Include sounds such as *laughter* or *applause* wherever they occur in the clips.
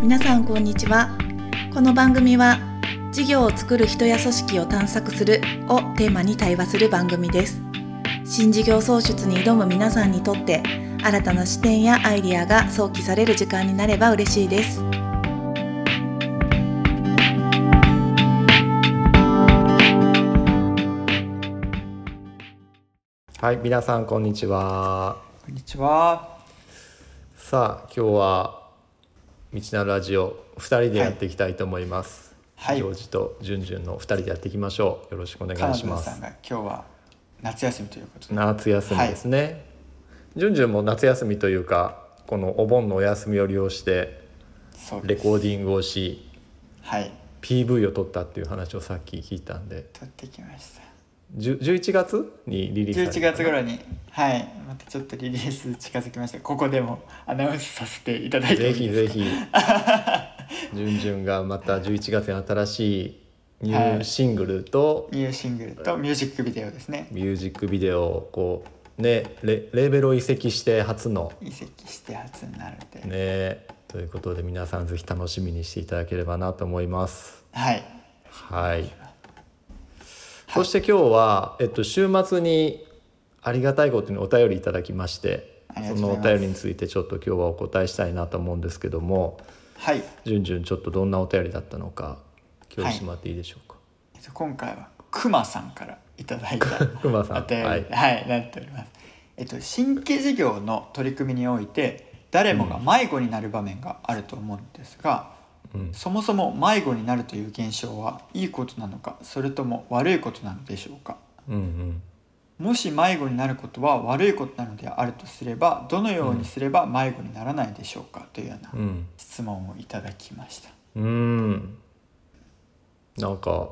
皆さんこんにちはこの番組は事業を作る人や組織を探索するをテーマに対話する番組です新事業創出に挑む皆さんにとって新たな視点やアイディアが想起される時間になれば嬉しいですはい、皆さんこんにちは。こんにちは。さあ、今日は道なるラジオ二人でやっていきたいと思います。はい行事とじゅんじゅんの二人でやっていきましょう。よろしくお願カいナしブンまさんす。が今日は夏休みということで。夏休みですね。じゅんじゅんも夏休みというか、このお盆のお休みを利用してそうレです。コーディングをし、はい。 PV を撮ったっていう話をさっき聞いたんで、取ってきました。じゅ11月にリリースさ11れた月頃に、はい。またちょっとリリース近づきました。ここでもアナウンスさせていただいてもぜひいいぜですか。ひ。じゅんじゅんがまた11月に新しいニュはーいシングルとニューシングルとミュージックビデオですね。ミュージックビデオをこうねレレーベルを移籍して初の移籍して初になるんで。ねということで皆さんぜひ楽しみにしていただければなと思います。はい。はい。そして今日はえっと週末にありがたいことにお便りいただきましてありがそとうござのおいます便りについてちょっと今日はお答えしたいなと思うんですけどもはい。じゅんじゅんちょっとどんなお便りだったのか共有してもらっていいでしょうか。えっと今回はくまさんからいただいた。熊さんお便りははいい、なっております。えっと新規事業の取り組みにおいて誰もが迷子になる場面があると思うんですが、うんそもそも迷子になるという現象はいいことなのかそれとも悪いことなのでしょうかうんうんもし迷子になることは悪いことなのであるとすればどのようにすれば迷子にならないでしょうかというようなうん質問をいただきました。うーんなんか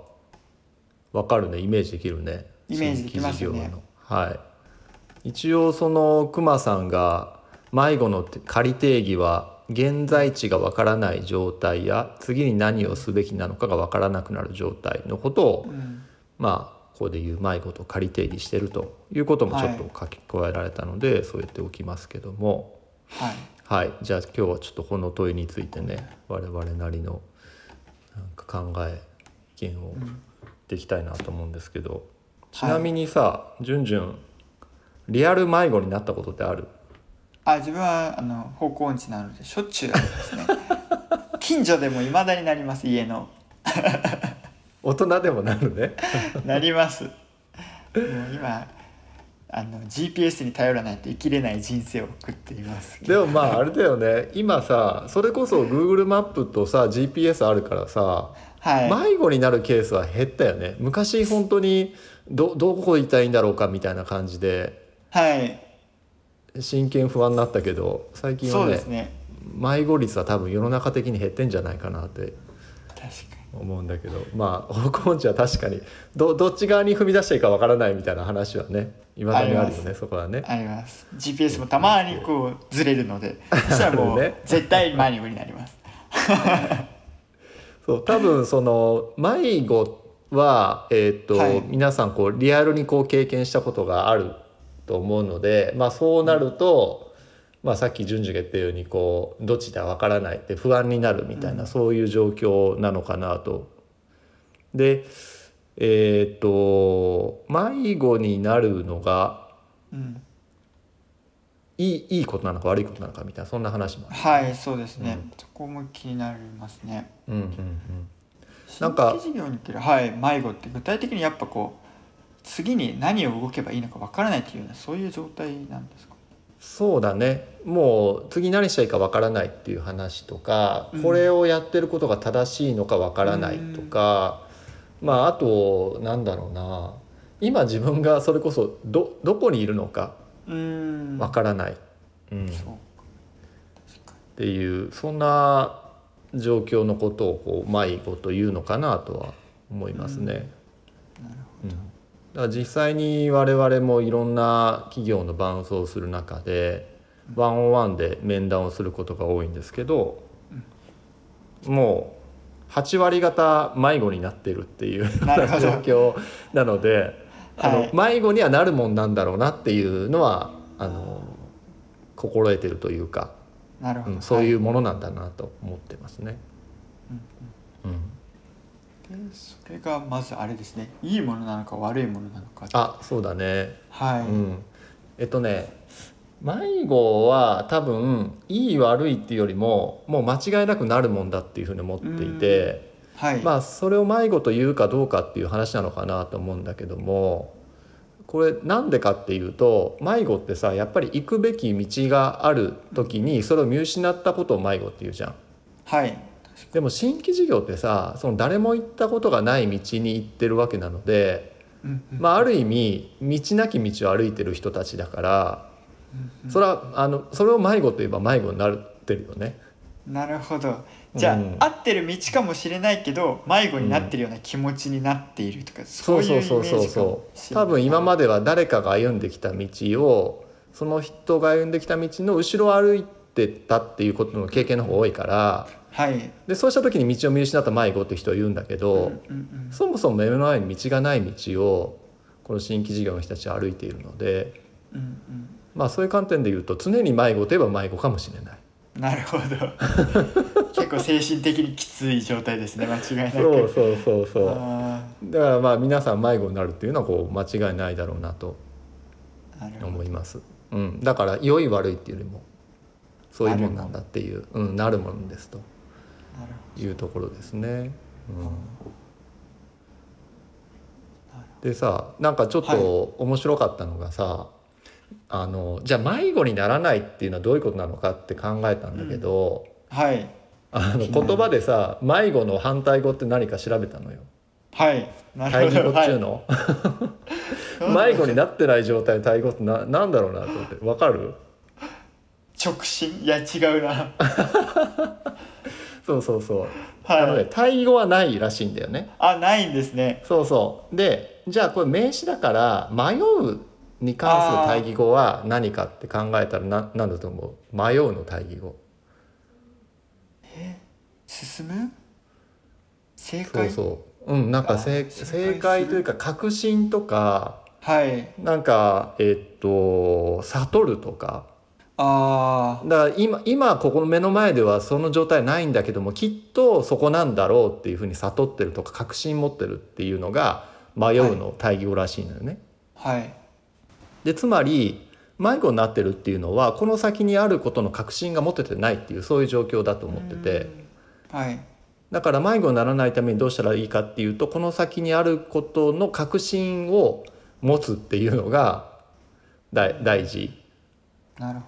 わかるねイメージできるねイメージできますよ新規事ね業のはい一応そのクマさんが迷子の仮定義は現在地がわからない状態や次に何をすべきなのかがわからなくなる状態のことを、うんまあここでいう迷子と仮定義してるということもちょっと書き加えられたので、そうやっておきますけどもはいはい、じゃあ今日はちょっとこの問いについてね我々なりのなんか考え意見をできたいなと思うんですけど、ちなみにさ、じゅんじゅんリアル迷子になったことってあるあ自分はあの方向音痴なのでしょっちゅうありま *laughs* すね近所でもいまだになります家の大人でもなるねなりますもう今あの GPS に頼らないと生きれない人生を送っていますけでどもまああれだよね今さそれこそ Google マップとさ GPS あるからさはい迷子になるケースは減ったよね昔本当にどどこ行ったらいいんだろうかみたいな感じではい真剣不安になったけど最近そはうねですね迷子率は多分世の中的に減ってんじゃないかなって確か思うんだけどまあ方 *laughs* 向音痴は確かにどどっち側に踏み出していいかわからないみたいな話はねいまだにあるよありねそこはねにあります GPS もたまにこうずれる *laughs* のでそしたらもあるうね絶対迷子になりますそう多分その迷子は、えーっとはい皆さんこうリアルにこう経験したことがあると思うので、まあ、そうなると、まあ、さっき順次が言ったようにこうどっちだわからないって不安になるみたいな、そういう状況なのかなと。でえーっと迷子になるのがうんいいいいことなのか悪いことなのかみたいなそんな話もある。はいそうですね、うんそこも気になりますねうんうんうんななんんかか事業における、はい、迷子って具体的にやっぱこう次に何を動けばいいのかわからないっていうようなそういう状態なんですかそうだねもう次何したらいいかわからないっていう話とか、うんこれをやってることが正しいのかわからないとか、まああとなんだろうな今自分がそれこそどどこにいるのかうーんわからない、うんっそうかていうそんな状況のことをこう迷子というのかなとは思いますね。確かになるうんだから実際に我々もいろんな企業の伴走をする中でワンオンワンで面談をすることが多いんですけど、もう8割方迷子になってるっていうような *laughs* なるほ状ど況なので、はいあの迷子にはなるもんなんだろうなっていうのはあの心得てるというかほなるほうど、ん、そういうはものなんだなと思ってますね。ううんん、うんでそれがまずあれですねいいものなのか悪いものなのかあそうだねはい、うん、えっとね迷子は多分いい悪いっていうよりももう間違いなくなるもんだっていうふうに思っていて、はい、まあそれを迷子というかどうかっていう話なのかなと思うんだけどもこれなんでかっていうと迷子ってさやっぱり行くべき道がある時にそれを見失ったことを迷子っていうじゃん。はいでも新規事業ってさその誰も行ったことがない道に行ってるわけなのでうんうんまあ、ある意味道なき道を歩いてる人たちだから、うんそれはあのそれを迷子といえば迷子になってるよね。なるほどじゃあ、うん合ってる道かもしれないけど迷子になってるような気持ちになっているとか、そういうイメージかもしれない多分今でまでは誰かが歩んできた道をその人が歩んできた道の後ろを歩いてたっていうことの経験の方が多いからはいでそうした時に道を見失った迷子って人は言うんだけうんうど、んそもそも目の前に道がない道をこの新規事業の人たちは歩いているので、うんうんまあ、そういう観点で言うと常に迷子といえば迷子かもしれない。うんなるほど結構精神的にきつい状態ですね間違いなく *laughs* そうそうそうそうあだからまあ皆さん迷子になるっていうのはこう間違いないだろうなとーなるほど思います、うん、だから良い悪いっていうよりもそういうもんなんだっていう、うん、なるもんですとなるいうところですね、うん、ほどでさなんかちょっはいと面白かったのがさ、あのじゃあ迷子にならないっていうのはどういうことなのかって考えたんだけど、はいあの言葉でさ迷子の反対語って何か調べたのよはいな対る義ほ語どっちゅうの、迷子になってない状態のタイ語ってななんだろうなと思ってわかる直進いや違うなそうそうそう、あのはねいタイ語はないらしいんだよねあないんですねそうそうでじゃあこれ名詞だから迷うに関する対義語は何かって考えたらな何だと思う迷うの対義語進む正そう解そううんなんか正あ正解する正解というか確信とかはいなんかえっと悟るとかあだから今今ここの目の前ではその状態ないんだけどもきっとそこなんだろうっていうふうに悟ってるとか確信持ってるっていうのが迷うの対義語らしいのよね。あはいでつまり迷子になってるっていうのはこの先にあることの確信が持ててないっていうそういう状況だと思っててはいだから迷子にならないためにどうしたらいいかっていうとこの先にあることの確信を持つっていうのが大大事。なるほ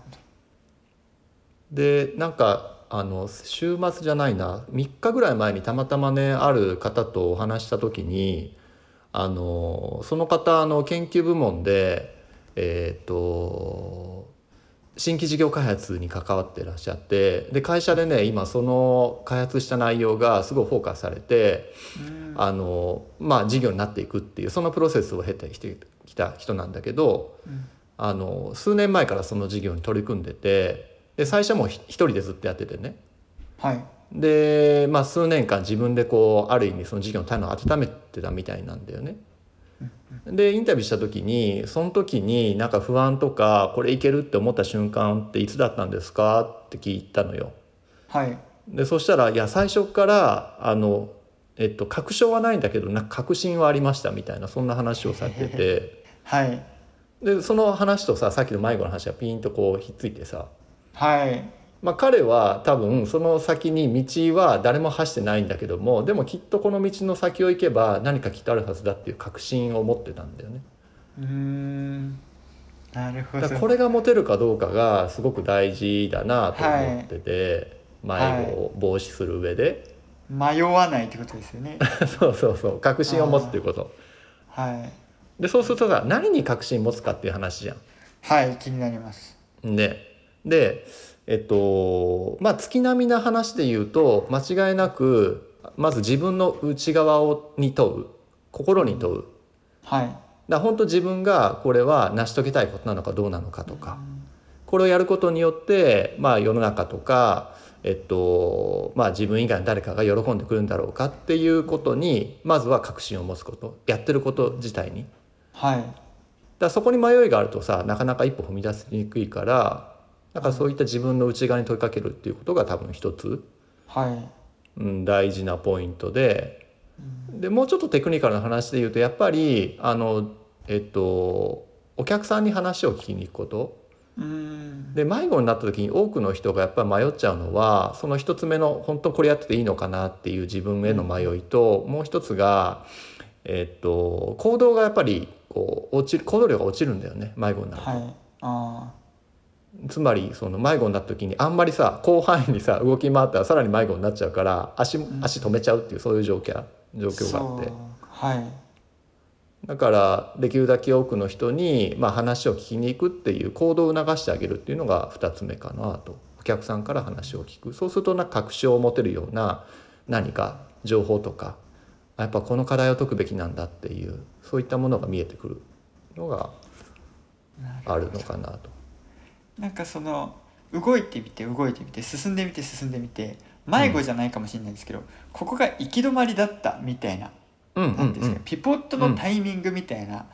でなんかあの週末じゃないな3日ぐらい前にたまたまねある方とお話しした時にあのその方の研究部門でえっ、と新規事業開発に関わってらっしゃってで会社でね今その開発した内容がすごいフォーカスされてどうんあの、まあ、事業になっていくっていうそのプロセスを経てきた人なんだけどうんあの数年前からその事業に取り組んでてで最初はもうひ一人でずっとやっててねはいで、まあ、数年間自分でこうある意味その事業の種を温めてたみたいなんだよね。でインタビューした時にその時になんか不安とかこれいけるって思った瞬間っていつだったんですかって聞いたのよ。はいでそしたら「いや最初からあの、えっと、確証はないんだけどなんか確信はありました」みたいなそんな話をされてて。はいでその話とささっきの迷子の話がピンとこうひっついてさ、はいまあ、彼は多分その先に道は誰も走ってないんだけどもでもきっとこの道の先を行けば何かきっとあるはずだっていう確信を持ってたんだよね。うーんなるほだからどこれが持てるかどうかがすごく大事だなと思ってて、はい迷子を防止する上で、 *laughs* 迷わないってことですよねそうそうそう確信を持つっていうこと。はいでそうするとさ何に確信持つかっていう話じゃん。はい気になりますね、でえっとまあ月並みな話で言うと間違いなくまず自分の内側をに問う心に問うはいだから本当自分がこれは成し遂げたいことなのかどうなのかとかこれをやることによって、まあ、世の中とか、えっとまあ、自分以外の誰かが喜んでくるんだろうかっていうことにまずは確信を持つことやってること自体に。はいだからそこに迷いがあるとさなかなか一歩踏み出しにくいからだからそういった自分の内側に問いかけるっていうことが多分一つ、はいうん、大事なポイントででもうちょっとテクニカルな話で言うとやっぱりあのえっとお客さんに話を聞きに行くことうーんで迷子になった時に多くの人がやっぱり迷っちゃうのはその一つ目の本当これやってていいのかなっていう自分への迷いと、もう一つが、えっと、行動がやっぱりこう落ちる行動量が落ちるんだよね迷子になると、はいあつまりその迷子になった時にあんまりさ広範囲にさ動き回ったらさらに迷子になっちゃうから足ん足止めちゃうっていうそういう状況状あ況があってはいだからできるだけ多くの人に、まあ、話を聞きに行くっていう行動を促してあげるっていうのが2つ目かなとお客さんから話を聞くそうするとなんか確証を持てるような何か情報とかあやっぱこの課題を解くべきなんだっていうそういったものが見えてくるのがあるのかなと。なんかその動いてみて動いてみて進んでみて進んでみて迷子じゃないかもしれないですけど、ここが行き止まりだったみたいなうんうんうなんていうんですか、んピポットのタイミングみたいな、うんうん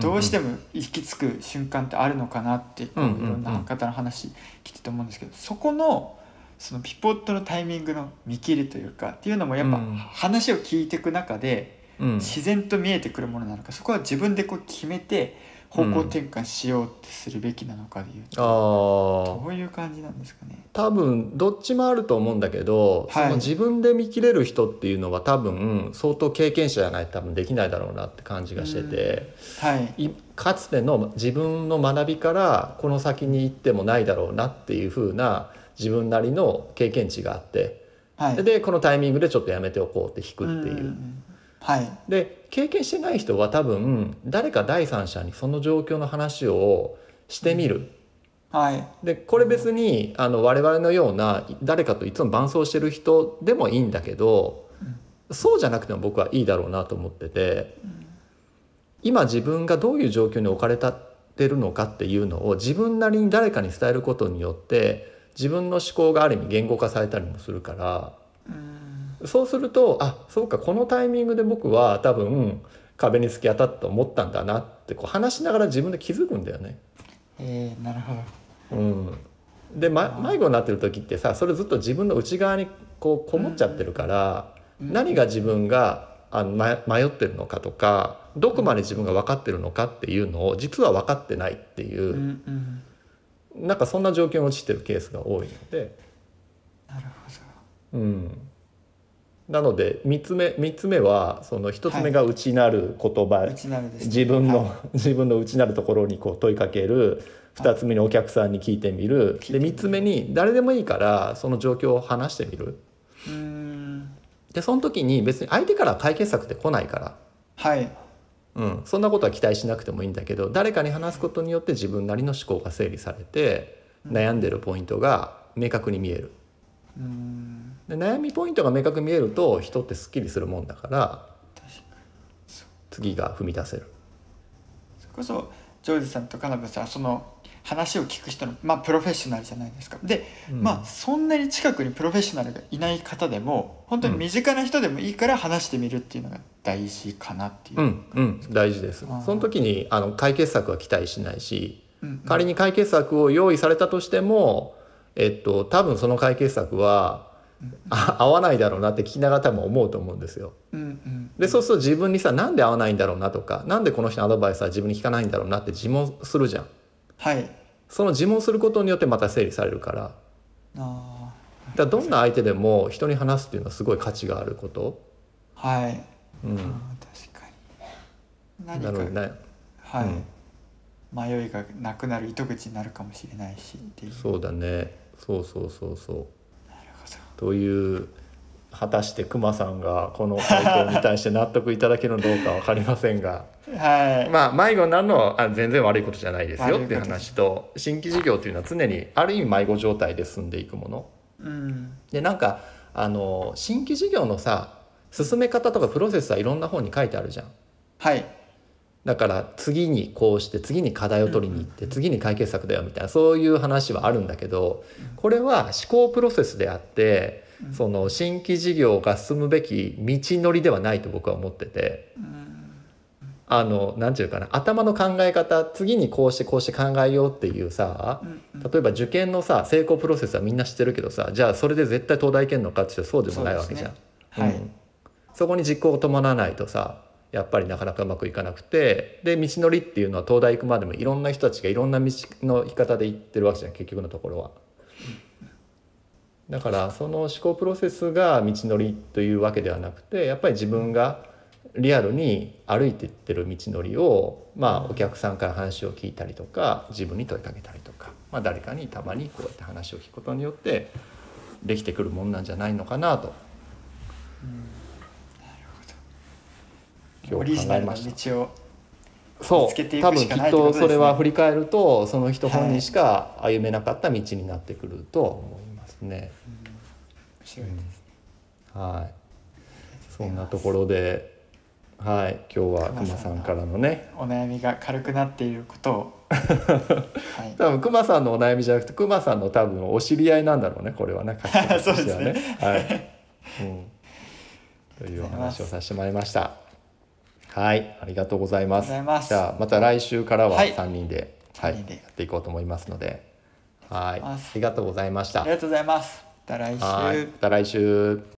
どうしても行き着く瞬間ってあるのかなってこういうんうんうんろんな方の話聞いてて思うんですけどそこのそのピポットのタイミングの見切りというかっていうのもやっぱうん話を聞いていく中でうん自然と見えてくるものなのかそこは自分でこう決めて方向転換しようってするべきなのかでいうあとーどういう感じなんですかね。多分どっちもあると思うんだけど、はいその自分で見切れる人っていうのは多分相当経験者じゃないと多分できないだろうなって感じがしてて、はい、いかつての自分の学びからこの先に行ってもないだろうなっていう風な自分なりの経験値があって、はい、でこのタイミングでちょっとやめておこうって引くっていう。んんんはいで経験してない人は多分誰か第三者にその状況の話をしてみる。はいでこれ別にあの我々のような誰かといつも伴走してる人でもいいんだけどそうじゃなくても僕はいいだろうなと思ってて今自分がどういう状況に置かれたってるのかっていうのを自分なりに誰かに伝えることによって自分の思考がある意味言語化されたりもするからうんそうするとあそうかこのタイミングで僕は多分壁に突き当たったと思ったんだなってこう話しながら自分で気づくんだよね。えー、なるほどうん、で、ま、迷子になってる時ってさそれずっと自分の内側にこうこもっちゃってるから、うん何が自分があのま迷ってるのかとかどこまで自分が分かってるのかっていうのを実は分かってないっていうう、んうんなんかそんな状況に陥ってるケースが多いので、なるうん、なので3つ目三つ目はその1つ目が内なる言葉、ほど。うちなるですね、自分の、はい *laughs* 自分の内なるところにこう問いかける2つ目にお客さんに聞いてみる聞いてでみる3つ目に誰でもいいからその状況を話してみるうーんでその時に別に相手から解決策って来ないから、はい。うん、そんなことは期待しなくてもいいんだけど誰かに話すことによって自分なりの思考が整理されて悩んでるポイントが明確に見えるうーんで悩みポイントが明確に見えると人ってすっきりするもんだから確かに次が踏み出せる。それこそジョージさんとカナブさんはその話を聞く人のまあプロフェッショナルじゃないですか。で、うんまあそんなに近くにプロフェッショナルがいない方でも本当に身近な人でもいいから話してみるっていうのが大事かなっていう。うんうん、大事ですあーその時にあの解決策は期待しないしうん仮に解決策を用意されたとしても、えっと、多分その解決策はあ合わないだろうなって聞きながら多分思うと思うんですよ。うんうんでそうすると自分にさなんで合わないんだろうなとかなんでこの人のアドバイスは自分に聞かないんだろうなって自問するじゃん。はい。その自問することによってまた整理されるからあだからどんな相手でも人に話すっていうのはすごい価値があること。あはい。うあん、ー確かに。何なのでかねはい。うん迷いがなくなる糸口になるかもしれないしっていう。そうだねそうそうそうそう。なるほどという果たして熊さんがこの回答に対して納得いただけるのどうか分かりませんがはい、 *laughs* まあ迷子になるのはあ全然悪いことじゃないですよっていう悪いこと話と新規事業というのは常にある意味迷子状態で進んでいくものうん、でなんかあの新規事業のさ進め方とかプロセスはいろんな本に書いてあるじゃん。はい、だから次にこうして次に課題を取りに行って次に解決策だよみたいなそういう話はあるんだけどこれは思考プロセスであってうんその新規事業が進むべき道のりではないと僕は思っててうん、あのなんていうかな頭の考え方次にこうしてこうして考えようっていうさうんうん例えば受験のさ成功プロセスはみんな知ってるけどさじゃあそれで絶対東大行けんのかって言ってそうでもないわけじゃん。はい、うんそこに実行を伴わないとさやっぱりなかなかうまくいかなくてで道のりっていうのは東大行くまでもいろんな人たちがいろんな道の行き方で行ってるわけじゃん結局のところは。だからその思考プロセスが道のりというわけではなくてやっぱり自分がリアルに歩いていってる道のりを、まあ、お客さんから話を聞いたりとか自分に問いかけたりとか、まあ、誰かにたまにこうやって話を聞くことによってできてくるもんなんじゃないのかなとオ今リ日ジ考ナえルまのした。道をそ見つけてうい多くし分きかなっいってこととですねそれは振り返るとその人本人しか歩めなかった道になってくるとは思いますね。面白いですはい、そんなところで、はい、今日は熊熊さんさんからのねお悩みが軽くなっていることを、 *laughs* はい、多分熊さんのお悩みじゃなくて熊さんの多分お知り合いなんだろうねこれはね *laughs* そう書き方とですねしてはねはい、うん、というお話をさせてもらいましたはいありがとうございまありがとうごすざいますじゃあまた来週からははい3人で,、はい三人でやっていこうと思いますのではいあありがとうございましたありがとうございますまた来は週いまた来週